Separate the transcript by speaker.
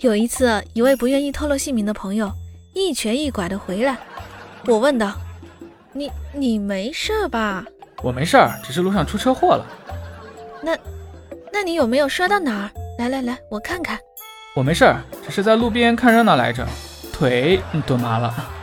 Speaker 1: 有一次，一位不愿意透露姓名的朋友一瘸一拐的回来，我问道：“你你没事吧？
Speaker 2: 我没事儿，只是路上出车祸了。
Speaker 1: 那那你有没有摔到哪儿？来来来，我看看。
Speaker 2: 我没事儿，只是在路边看热闹来着，腿嗯蹲麻了。